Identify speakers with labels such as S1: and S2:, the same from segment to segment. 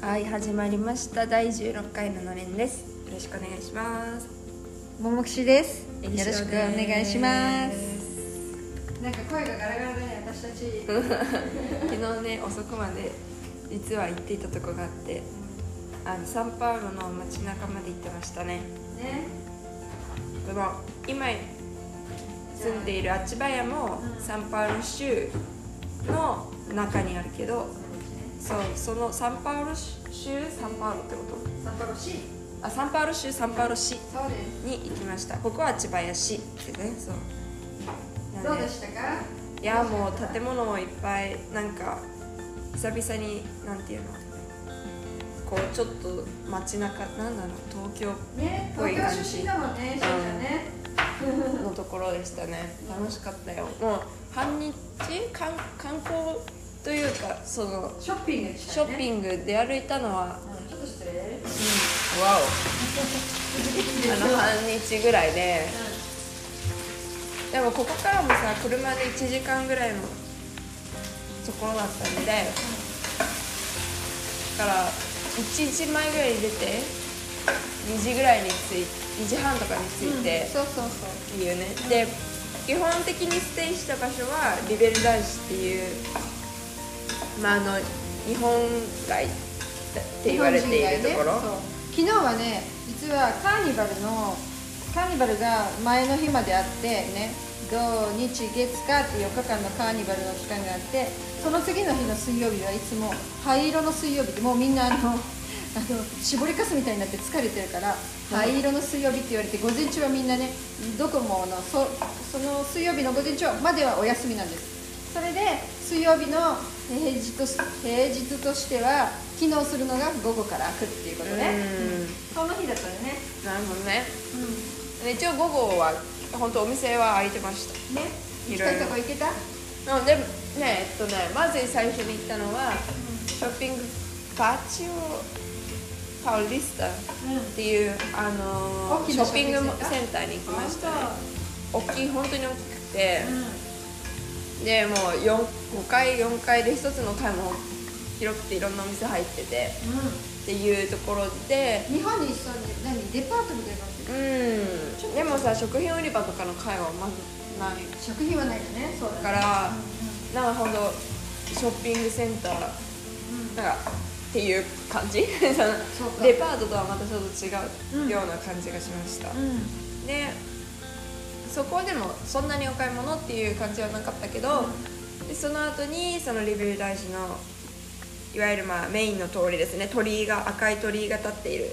S1: はい始まりました第16回ののれんですよろしくお願いします
S2: ももくしです
S1: よ
S2: よろしくお願いします
S1: す
S2: なんか声がガラガラだね私たち
S1: 昨日ね遅くまで実は行っていたとこがあってあのサンパウロの街中まで行ってましたね
S2: ね
S1: でも今住んでいるアチバヤも
S2: うん
S1: サンパウロ州の中にあるけどそうそのサンパウロ州サンパウロってこと
S2: 札幌市
S1: あサンパウロ州サンパウロ市
S2: そうです
S1: に行きましたここは千葉屋市ってねそうなん
S2: どうでしたか
S1: いやもう建物をいっぱいなんか久々になんていうのこうちょっと街中なんだろう東
S2: ね
S1: こういう
S2: 東
S1: 感
S2: 京
S1: じ
S2: 出身だもんねしんちゃんね
S1: 京のところでしたね楽しかったよもう半日観観光というかその
S2: ショッピングし
S1: シ
S2: た
S1: ョ
S2: ね
S1: ッピングで歩いたのは
S2: うんちょっと失礼
S1: わおあの半日ぐらいででもここからもさ車で1時間ぐらいのところだったんでだから1時前ぐらいに出て2時ぐらいに着い2時半とかに着いて
S2: そうそうそう
S1: っていうね、で基本的にステイした場所はリベルダン市っていうまああの日本街って言われているところ、
S2: 日本人がねそう昨日はね実はカーニバルのカーニバルが前の日まであってね土日月火って4日間のカーニバルの期間があってその次の日の水曜日はいつも灰色の水曜日ってもうみんなあの あの絞りかすみたいになって疲れてるから灰色の水曜日って言われて午前中はみんなねドコモのそその水曜日の午前中まではお休みなんですそれで水曜日の平日とし平日としては機能するのが午後から開くっていうことね、
S1: うん
S2: その日だったらね、
S1: なるほどね
S2: う
S1: で一応午後は本当お店は開いてました
S2: ん、ね行
S1: い
S2: き
S1: ろいろ
S2: たいとこ行けた
S1: なのでねえっとねまず最初に行ったのはショッピングパチオパウリスタっていう、あの
S2: 大
S1: ー
S2: き
S1: ショ
S2: な
S1: ッピングセンターに行き
S2: 行き
S1: ま
S2: ま
S1: し
S2: したた
S1: ね
S2: ね
S1: 大きい本当に大きくて、でもう四5階4階で1つの階も広くていろんなお店入っててっていうところで
S2: 日本に一緒に何デパートみたいなのって
S1: うんでもさ食品売り場とかの階はまずない
S2: 食品はないよねそう
S1: だからなんかほんとショッピングセンターなんかっていう感じその
S2: そうか
S1: デパートとはまたちょっと違ううんような感じがしました、
S2: うん、うん
S1: でそこでもそんなにお買い物っていう感じはなかったけど、でその後にそのリベル大師のいわゆるまあメインの通りですね鳥居が赤い鳥居が立っている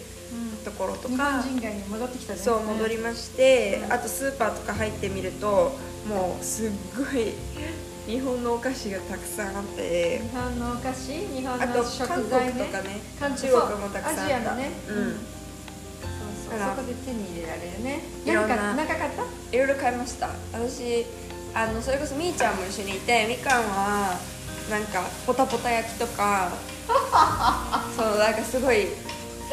S1: ところと
S2: 日
S1: か
S2: 本人街に戻ってきたね
S1: そう戻りましてあとスーパーとか入ってみるともうすっごい日本のお菓子がたくさんあって
S2: 日本のお菓子日本
S1: あと
S2: の
S1: 韓
S2: 食
S1: 国
S2: 材ね
S1: とかね
S2: 韓
S1: 中
S2: 国
S1: 国もたくさんあ
S2: そうア
S1: っ
S2: ジア
S1: た
S2: のね
S1: うん
S2: そう
S1: だから
S2: そこで手に入れられるね
S1: いろん
S2: 何
S1: な
S2: か何か買った
S1: いろいろ買いました私あのそれこそみーちゃんも一緒にいてみかんはなんかポタポタ焼きと かそうなんかすごい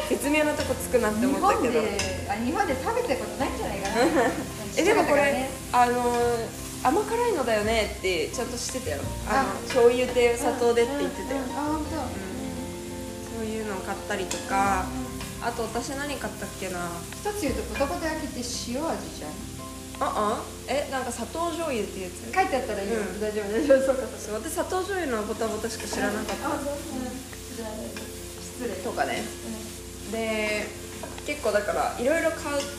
S1: 絶妙なとこつくなって
S2: 日
S1: 思った
S2: 本
S1: けど
S2: であ日本で食べたことないんじゃないかな
S1: えでもこれ、
S2: ね
S1: あのー甘辛いのだよねってちゃんとしてたよあの
S2: あ
S1: 醤油で砂糖でって言ってたよ、
S2: うんうんあ本
S1: そういうのを買ったりとかあと私何買ったっけな
S2: 当。一つ言うとポタポタ焼きって塩味じゃん
S1: あうんえなんか砂糖醤油っていうやつ
S2: 書いてあったらいいよ、
S1: うん
S2: 大丈夫大丈夫そうかそうか
S1: そう私砂糖醤油のボタボタしか知らなかった、
S2: あそううんじゃあ失礼
S1: とかねで結構だからいろいろ買って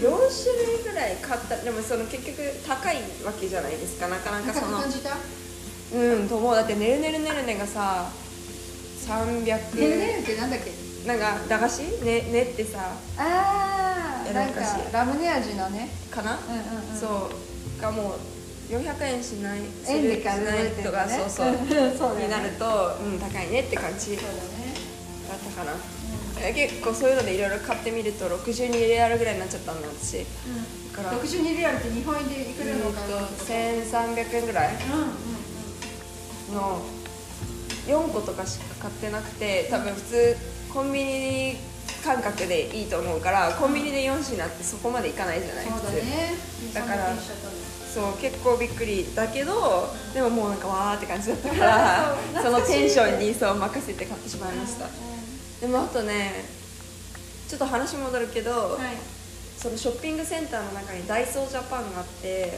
S1: 4種類ぐらい買ったでもその結局高いわけじゃないですかなかな
S2: なん
S1: か
S2: か
S1: その
S2: 感じた
S1: うんと思うだって「ねるねるねるね」がさ
S2: ねるね
S1: 300
S2: るってなんだっけ
S1: なんか駄菓子ねねってさ
S2: あ
S1: え
S2: あ
S1: な
S2: なんん
S1: か
S2: か
S1: し
S2: ラムネ味のね
S1: かな、
S2: うんうんうん
S1: そうがもう400円しない
S2: 円で買
S1: す
S2: う
S1: るし
S2: ね
S1: ないとか、
S2: ね
S1: そうそう
S2: うんそうだね
S1: になるとうん高いねって感じだ
S2: そ
S1: っ
S2: うだね
S1: たかな、え結構そういうのでいろいろ買ってみると62レアルぐらいになっちゃったんだ私
S2: うん
S1: だから
S2: 62リアルって日本円でいくらのかな
S1: うんと1300円ぐらい
S2: うんうんうん
S1: の4個とかしか買ってなくて多分普通コンビニ感覚でいいと思うからコンビニで4品ってそこまでいかないじゃない
S2: そうだね
S1: 普通だから
S2: そんな気しちゃったね
S1: 普通そう結構びっくりだけどでももうなんかわーって感じだったから
S2: そう
S1: その
S2: 懐かしい
S1: テンションにそう任せて買ってしまいました
S2: うん
S1: でもあとねちょっと話戻るけど、
S2: はい
S1: そのショッピングセンターの中にダイソージャパンがあって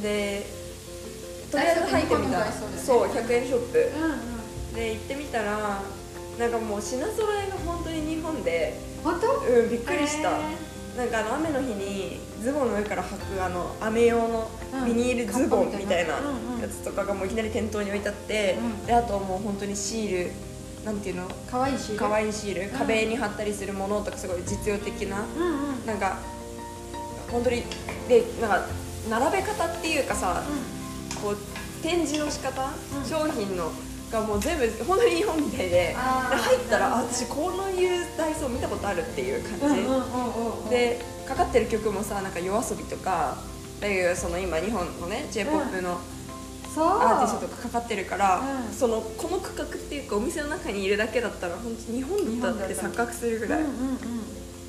S2: う
S1: でとりあえず入ってみた
S2: ダイソーって日
S1: そう
S2: 本のダイソーだ
S1: 100
S2: よね
S1: 円ショップ、
S2: んうんうん
S1: で行ってみたらなんかもう品揃えが本当に日本で
S2: 本当
S1: うんびっくりした、
S2: へ
S1: なんかあの雨の日にズボンの上から履くあの雨用の
S2: うん
S1: ビニールズボンみたいな
S2: カッパみたいなうんうん
S1: やつとかがもういきなり店頭に置いてあって、
S2: うん
S1: であともう本当にシールなんていうの
S2: 可愛いし
S1: 可
S2: い
S1: 愛いシール壁に貼ったりするものとかすごい実用的な
S2: うんうんうん
S1: なんか本当にでなんか並べ方っていうかさ、こう展示の仕方、
S2: うん
S1: 商品のがもう全部本当に日本みたいで
S2: あー
S1: で入ったら、
S2: な
S1: あ
S2: るほどね
S1: 私このいうダイソー見たことあるっていう
S2: う
S1: 感
S2: ん
S1: じ、
S2: うんうんうん
S1: でかかってる曲もさなんか夜遊びとかああいうその今日本のね j p o p の
S2: そう
S1: アーティストとかかかってるから、
S2: うん
S1: そのこの区画っていうかお店の中にいるだけだったら本当日本だったって錯覚するぐらい
S2: うんう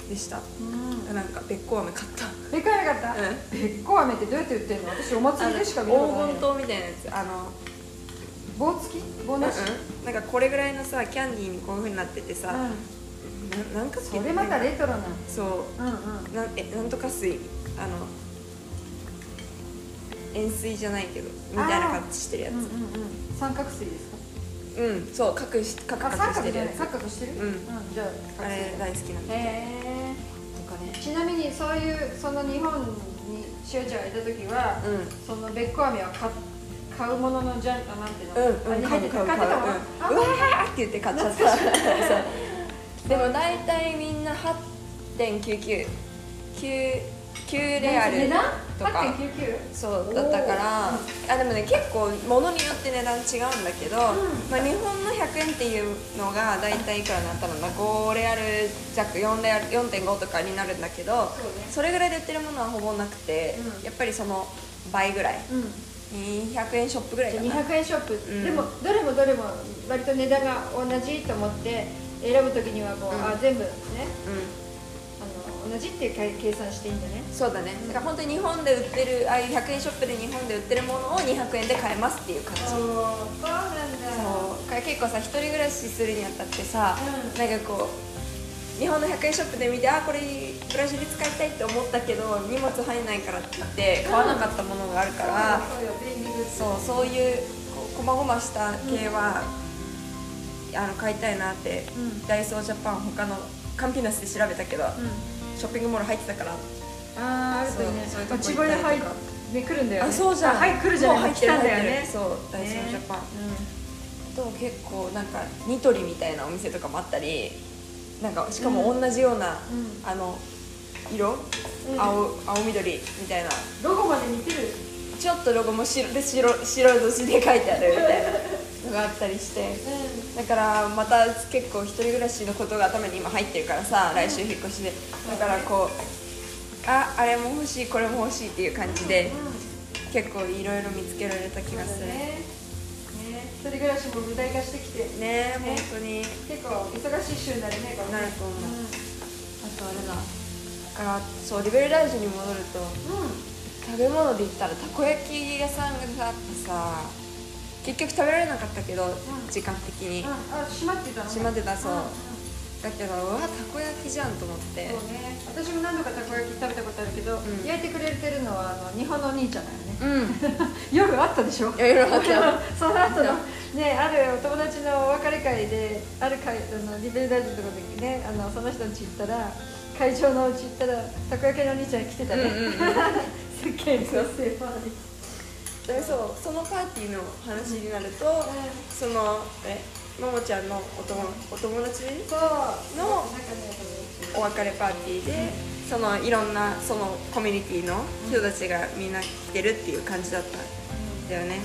S2: ん
S1: でした、
S2: うんうん
S1: なんかべっこ飴買った
S2: でかいかった
S1: うん
S2: べっこ飴ってどうやって売ってんの私お
S1: あ
S2: 祭り
S1: の
S2: でしか
S1: 黄
S2: 見たことない
S1: 金糖みたいなやつあの
S2: 棒付き棒なし
S1: うんなんかこれぐらいのさキャンディーにこういうふうになっててさ、
S2: う
S1: ななんか
S2: んそれまたレトロな
S1: そ
S2: うんうん
S1: うなんえなんとか水あの塩水じゃないけどみたいな感じしてるや
S2: うんうんうん三角錐ですか
S1: つうんそう隠し隠
S2: あ三
S1: し
S2: 角
S1: てる
S2: じゃ
S1: や
S2: ない三角してる
S1: うん
S2: じゃ
S1: つ
S2: あ
S1: あれ大好きなんだ
S2: へ
S1: とかね
S2: えちなみにそういうその日本にしおちゃんがいた時は
S1: う
S2: そのべっこ飴は買買うもののジャンあなんていうんの
S1: うんうん
S2: あ書いてた書いてたもんあ
S1: うんうわーって言って買っちゃったそうでも大体みんな8.999 9レア
S2: 値
S1: ル
S2: 段
S1: とか
S2: 8.99
S1: そうだったからあでもね結構物によって値段違うんだけど、まあ、日本の100円っていうのが大体いくらになったのだ5レアル弱4レアル4.5とかになるんだけど
S2: そうね
S1: それぐらいで売ってるものはほぼなくて、
S2: うん
S1: やっぱりその倍ぐらい
S2: うん
S1: 200円ショップぐらい
S2: じゃ
S1: か
S2: あ
S1: な
S2: 200円ショップ、
S1: ん
S2: でもどれもどれも割と値段が同じと思って選ぶ時にはもう、
S1: うん
S2: あ全部ね
S1: う
S2: あの同じっていうか計算していいんだね
S1: んそうだねだから本当に日本で売ってるああいう100円ショップで日本で売ってるものを200円で買えますっていう感じ
S2: そうなんだ
S1: そうか結構さ一人暮らしするにあたってさ、
S2: うん
S1: なんかこう日本の100円ショップで見てあこれブラジル使いたいって思ったけど荷物入んないからって言って買わなかったものがあるから、
S2: そうよ便利グッズ
S1: そうそういうこまごました系は、あの買いたいなって、
S2: うん
S1: ダイソージャパン他のカンピナスで調べたけど、ショッピングモール入ってたから
S2: あああるといいね
S1: そうそういうとこ行ったりとか
S2: 落ち声で入って、ね、来るんだよね
S1: あそうじゃん
S2: あはい来るじゃん
S1: もう入っ
S2: 来
S1: てる
S2: たん
S1: 入
S2: だ
S1: っ
S2: よ
S1: てる
S2: ね
S1: そうダイソージャパン、
S2: ね
S1: あと結構なんかニトリみたいなお店とかもあったりなんかしかも同じような、
S2: うん
S1: あの色、
S2: うん
S1: 青青緑みたいな
S2: うんロゴまで似てる
S1: ちょっとロゴも白で白白寿司で書いてあるみたいなのがあったりして
S2: う
S1: だからまた結構一人暮らしのことが頭に今入ってるからさ来週引っ越しでだからこうああれも欲しいこれも欲しいっていう感じで
S2: ん
S1: 結構いろいろ見つけられた気
S2: そう
S1: が
S2: だ
S1: するね
S2: ねね一人暮らしも具体化してきて
S1: え本当に。
S2: 結構忙しい週になるねこれね
S1: なると思う
S2: う
S1: あとあれだあそうリベルライジュに戻ると
S2: ん、うん
S1: 食べ物で言ったらたこ焼き屋さんがあってさ結局食べられなかったけど、
S2: ん
S1: 時間的に、
S2: あ閉まってたの
S1: 閉まってたそうん
S2: ん
S1: だけどうわたこ焼きじゃんと思って
S2: そうね私も何度かたこ焼き食べたことあるけど、
S1: ん
S2: 焼いてくれてるのはあの日本のお兄ちゃんだよね
S1: うん
S2: 夜あったでしょ
S1: いろいろあったよ
S2: その後のねあるお友達のお別れ会である会あのリベル大臣のとこでねあのその人の家行ったら会場のうち行ったらたこ焼きのお兄ちゃん来てたね、
S1: うんうんうん
S2: すっげえ強制パーティー
S1: でそうそのパーティーの話になると、そのえももちゃんのお友お友達
S2: そう
S1: の
S2: なんかね
S1: お別れパーティーで、そのいろんなそのコミュニティの人たちがみんな来てるっていう感じだったんだよね、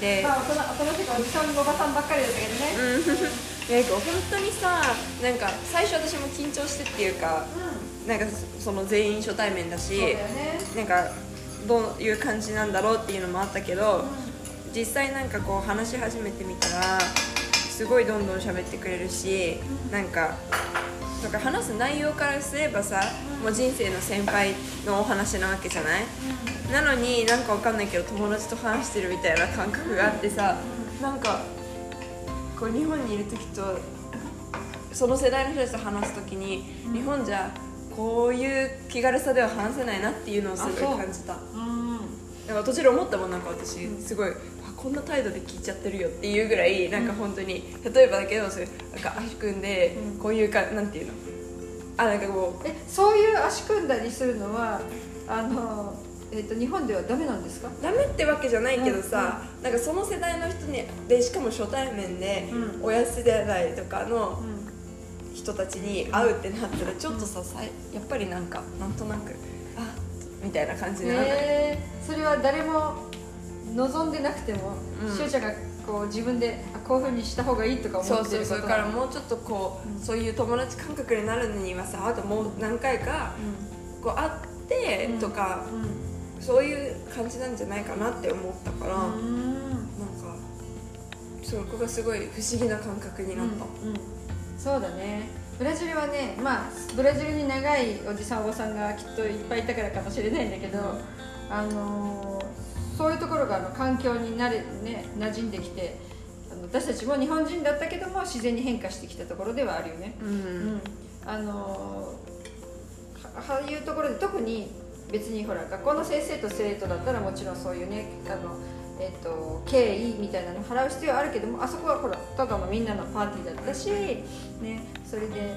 S1: で、
S2: まあ、このこの世界おじさんおばさんばっかりだったけどね。
S1: うん、なんか本当にさなんか最初私も緊張してっていうか
S2: うん、
S1: なんかその全員初対面だし
S2: そうだよね。
S1: なんかどういう感じなんだろうっていうのもあったけど、実際なんかこう話し始めてみたらすごいどんどん喋ってくれるし、なんかなんか話す内容からすればさ、もう人生の先輩のお話なわけじゃない、なのになんかわかんないけど友達と話してるみたいな感覚があってさ、なんかこう日本にいる時とその世代の人たちと話す時に、日本じゃこういう気軽さでは話せないなっていうのをすごい
S2: あそう
S1: 感じた
S2: うん
S1: なんか途中で思ったもんなんか私すごい、あこんな態度で聞いちゃってるよっていうぐらいなんか本当に、例えばだけどそういうなんか足組んで
S2: うん
S1: こういうか、なんていうのあなんかこ
S2: えそういう足組んだりするのはあの、えっと日本ではダメなんですか
S1: うダメってわけじゃないけどさ、なんかその世代の人にでしかも初対面で、
S2: うん
S1: 親世代とかの
S2: うん
S1: 人たちに会うってなったらちょっとさ、さいやっぱりなんかなんとなくあみたいな感じにならない、
S2: えーそれは誰も望んでなくても
S1: うん
S2: 視聴者がこう自分であこういうふうにした方がいいとか思
S1: そう
S2: って
S1: そ
S2: る
S1: う
S2: こと
S1: そ
S2: な
S1: れ
S2: の
S1: からもうちょっとこう、そういう友達感覚になるのにはさあともう何回かこう会って
S2: うん
S1: とか、
S2: うん
S1: そういう感じなんじゃないかなって思ったから、
S2: う
S1: なんか
S2: ん
S1: そこがすごい不思議な感覚になった、
S2: うんうんそうだねブラジルはねまあブラジルに長いおじさんおばさんがきっといっぱいいたからかもしれないんだけど、あのーそういうところがあの環境になれね馴染んできてあの私たちも日本人だったけども自然に変化してきたところではあるよね、
S1: うん
S2: うんあのーはああいうところで特に別にほら学校の先生と生徒だったらもちろんそういうねあの、えっと敬意みたいなの払う必要はあるけどもあそこはほらただのみんなのパーティーだったし、ね、それで、えっ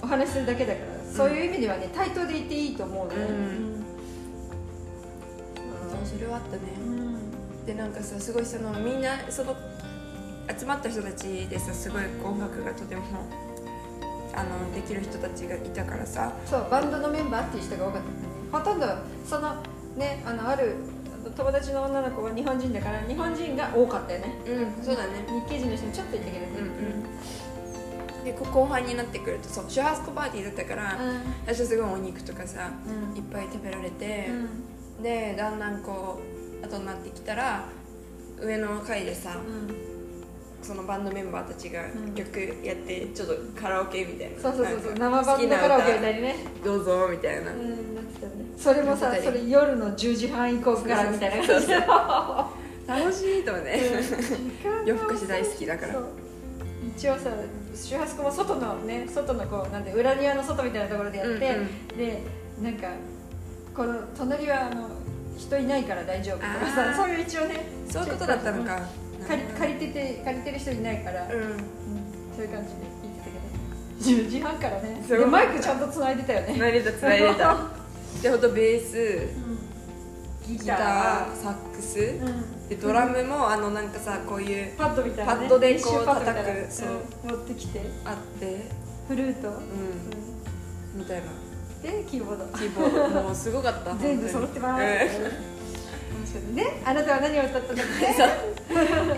S2: とお話しするだけだからそういう意味ではね対等でいていいと思うのね、
S1: うん
S2: うん
S1: それはあったね
S2: うん
S1: でなんかさすごいそのみんなその集まった人たちでさすごい音楽がとてもあのできる人たちがいたからさ、
S2: そうバンドのメンバーっていう人が多かったねほとんどそのねあのあるあの友達の女の子は日本人だから日本人が多かったよね
S1: うん、そうだね
S2: 日系人の人もちょっといたけどね
S1: うんでこ後半になってくるとそうシュハスコパーティーだったから、最初すごいお肉とかさ
S2: うん
S1: いっぱい食べられて
S2: う、ん
S1: でだんだんこう後になってきたら上の階でさ
S2: うん
S1: そのバンドメンバーたちが
S2: ん
S1: 曲やってちょっとカラオケみたいな
S2: そうそうそうそう生
S1: なんか
S2: バンドカラオケ
S1: 好き
S2: みた
S1: ない
S2: にね
S1: 歌どうぞみたいな、
S2: うんなってたねそれもさ
S1: やってた
S2: そ
S1: り
S2: れ夜の10時半以降からみたいな感じで
S1: 楽しいと思うね 夜更かし大好きだから
S2: そう一応さ周波数も外のね外のこうなんで裏庭の外みたいなところでやって、
S1: うん
S2: でなんかこの隣はあの人いないから大丈夫とか
S1: あ
S2: さ
S1: ー
S2: そういう一応ね
S1: そういうことだったのか
S2: うん借り借りてて借りてる人いないから、うん
S1: う
S2: そういう感じで聞いてたけど10時半からね
S1: すご
S2: で
S1: い
S2: マイクちゃんとつないでたよ
S1: ん
S2: ね、
S1: 繋いでた繋いでたでほんとベース
S2: うんギ
S1: ギ
S2: タ
S1: タ
S2: ー
S1: ーサックス、
S2: うん
S1: でドラムもあのなんかさこういう
S2: パッドみたいな、ね、
S1: パッドでこう
S2: 練習パッドみたいな
S1: 叩くそう
S2: うん持ってきて
S1: あって
S2: フルート、
S1: うんみたいな
S2: でキーボード
S1: キーボードもうすごかった
S2: 全部揃ってます、
S1: え
S2: ねあなたは何を歌ったんだっけ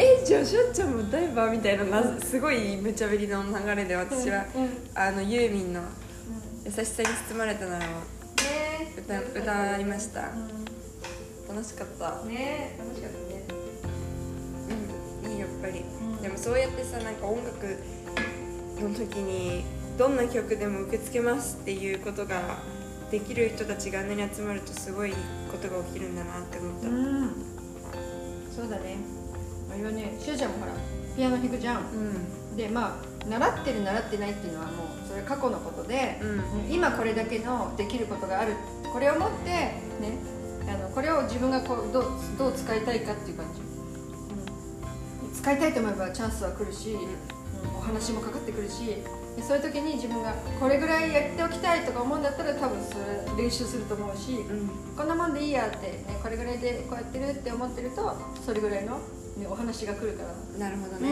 S1: えじゃあしょっちゃんもダイバーみたいななすごい無茶ぶりの流れで私は
S2: うんうん
S1: あのユーミンの
S2: うん
S1: 「優しさに包まれたなら」を
S2: ね
S1: 歌歌いました
S2: う
S1: 楽しかった
S2: んね楽しかったね
S1: うんいいやっぱり
S2: ん
S1: でもそうやってさなんか音楽の時にどんな曲でも受け付けますっていうことができる人たちがあんなに集まるとすごいことが起きるんだなって思った、
S2: うんそうだねあれはねしゅうちゃんもほらピアノ弾くじゃん
S1: うん
S2: でまあ習ってる習ってないっていうのはもうそれは過去のことで、
S1: う
S2: 今これだけのできることがあるこれを持ってねあのこれを自分がこうどうどう使いたいかっていう感じ、うん使いたいと思えばチャンスは来るし、うんお話もかかってくるしでそういう時に自分がこれぐらいやっておきたいとか思うんだったら多分それ練習すると思うし、
S1: うん
S2: こんなもんでいいやって、ね、これぐらいでこうやってるって思ってるとそれぐらいの、ね、お話が来るから、
S1: なるほどね、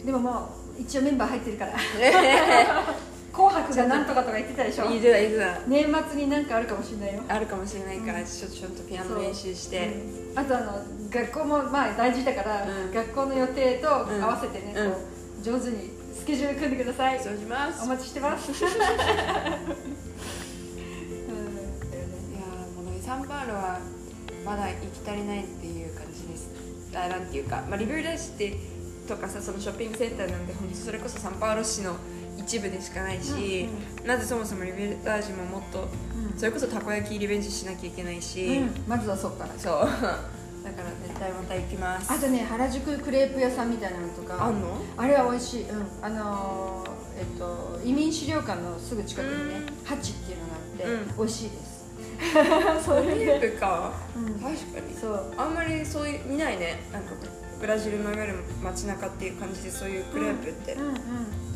S2: うんでももう一応メンバー入ってるから紅白がなんとかとか言ってたでしょ
S1: いいだいいだ
S2: 年末になんかあるかもしれないよ
S1: あるかもしれないから、ちょっとちょっとピアノ練習して、
S2: あとあの学校もまあ大事だから、
S1: うん
S2: 学校の予定と合わせてね、
S1: うん
S2: こう上手にスケジュール組んでください
S1: そうします
S2: お
S1: いや
S2: 待ちしてます、うん だよね
S1: ーもうねサンパウロはまだ行き足りないっていう感じですあなんていうか、まあ、リベルダシティとかさそのショッピングセンターなんて本当それこそサンパウロ市の一部でしかないし、なぜそもそもリベルダージももっと、
S2: うん
S1: それこそたこ焼きリベンジしなきゃいけないし、
S2: うんまずはそっから
S1: そうだから絶対また行きます
S2: あとね原宿クレープ屋さんみたいなのとか
S1: あんの
S2: あれは美味しい、うん、あのーえっと移民資料館のすぐ近くにね
S1: う
S2: ハチっていうのがあって、
S1: うん
S2: 美味しいです、
S1: そういうか
S2: うん
S1: 確かに
S2: そう
S1: あんまりそういう見ないねなんかブラジルのいわゆる街中っていう感じでそういうクレープって、
S2: うんうん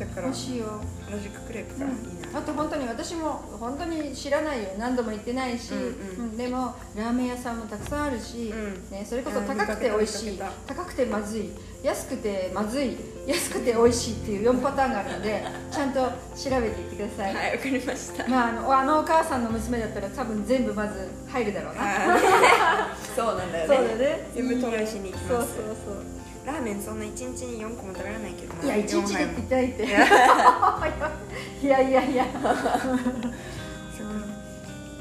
S1: だか
S2: 美
S1: ら
S2: 味しいよ
S1: 原宿クレープがいいな、
S2: あと本当に私も本当に知らないよ何度も行ってないし、
S1: うんうん
S2: でもラーメン屋さんもたくさんあるし、
S1: うん
S2: ね、それこそ
S1: うん
S2: 高くて美味し
S1: 見
S2: い
S1: かけ
S2: 高くてまずい安くてまずい安くて美味しいっていう4パターンがあるのでちゃんと調べていってください、
S1: はいわかりました
S2: まあ、あのあのお母さんの娘だったら多分全部まず入るだろうな
S1: はいそうなんだよね
S2: そうだね
S1: 全部トライしに行き
S2: そう
S1: ま
S2: そう
S1: す
S2: そ
S1: ラーメンそんな1日に4個も食べられないけどな
S2: ういや一日でっていただいてい
S1: や
S2: や いやいや
S1: そっか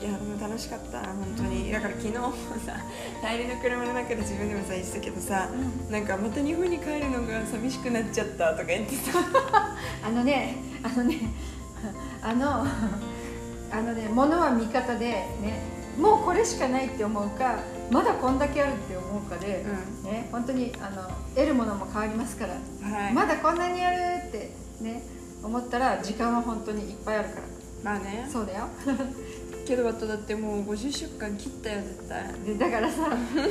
S1: いやでも楽しかった本当にだから昨日もさ 帰りの車の中で自分でもさ言ってたけどさ、なんかまた日本に帰るのが寂しくなっちゃったとか言ってさ
S2: あのね、あのね、あの、あのね、物は味方で、ね、もうこれしかないって思うか、まだこんだけあるって思うかで、
S1: う
S2: ね、本当にあの得るものも変わりますから、
S1: はい ま
S2: まだこんなにあるってね、思ったら時間は本当にいっぱいあるから。
S1: あね
S2: そうだよ。
S1: けどあとだってもう50週間切ったよ絶対
S2: でだからさ、例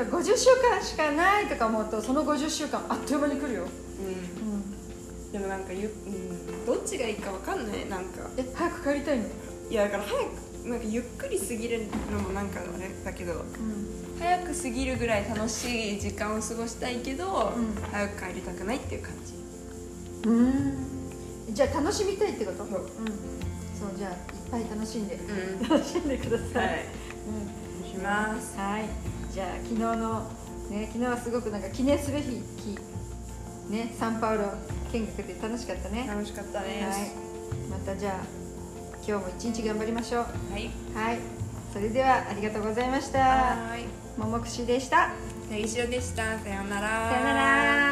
S2: えば50週間しかないとか思うと、その50週間あっという間に来るよ。
S1: う
S2: うん、
S1: んでもなんかゆ、うん、どっちがいいかわかんないなんか
S2: え、早く帰りたいの。
S1: いやだから早くなんかゆっくり過ぎるのもなんかあれだけど早く過ぎるぐらい楽しい時間を過ごしたいけど、
S2: うん
S1: 早く帰りたくないっていう感じ
S2: うんじゃあ楽しみたいってこと、
S1: そうん
S2: そうじゃあいっぱい楽しんで、
S1: う
S2: 楽しんでください、
S1: はいします
S2: うん、はいじゃあ昨日のね昨日はすごくなんか記念すべき日ねサンパウロ見学で楽しかったね
S1: 楽しかった
S2: はい
S1: です
S2: またじゃあ今日も一日頑張りましょう
S1: はい
S2: はいそれではありがとうございました
S1: はい
S2: ももくしでした
S1: 一緒でしたさようなら
S2: さよなら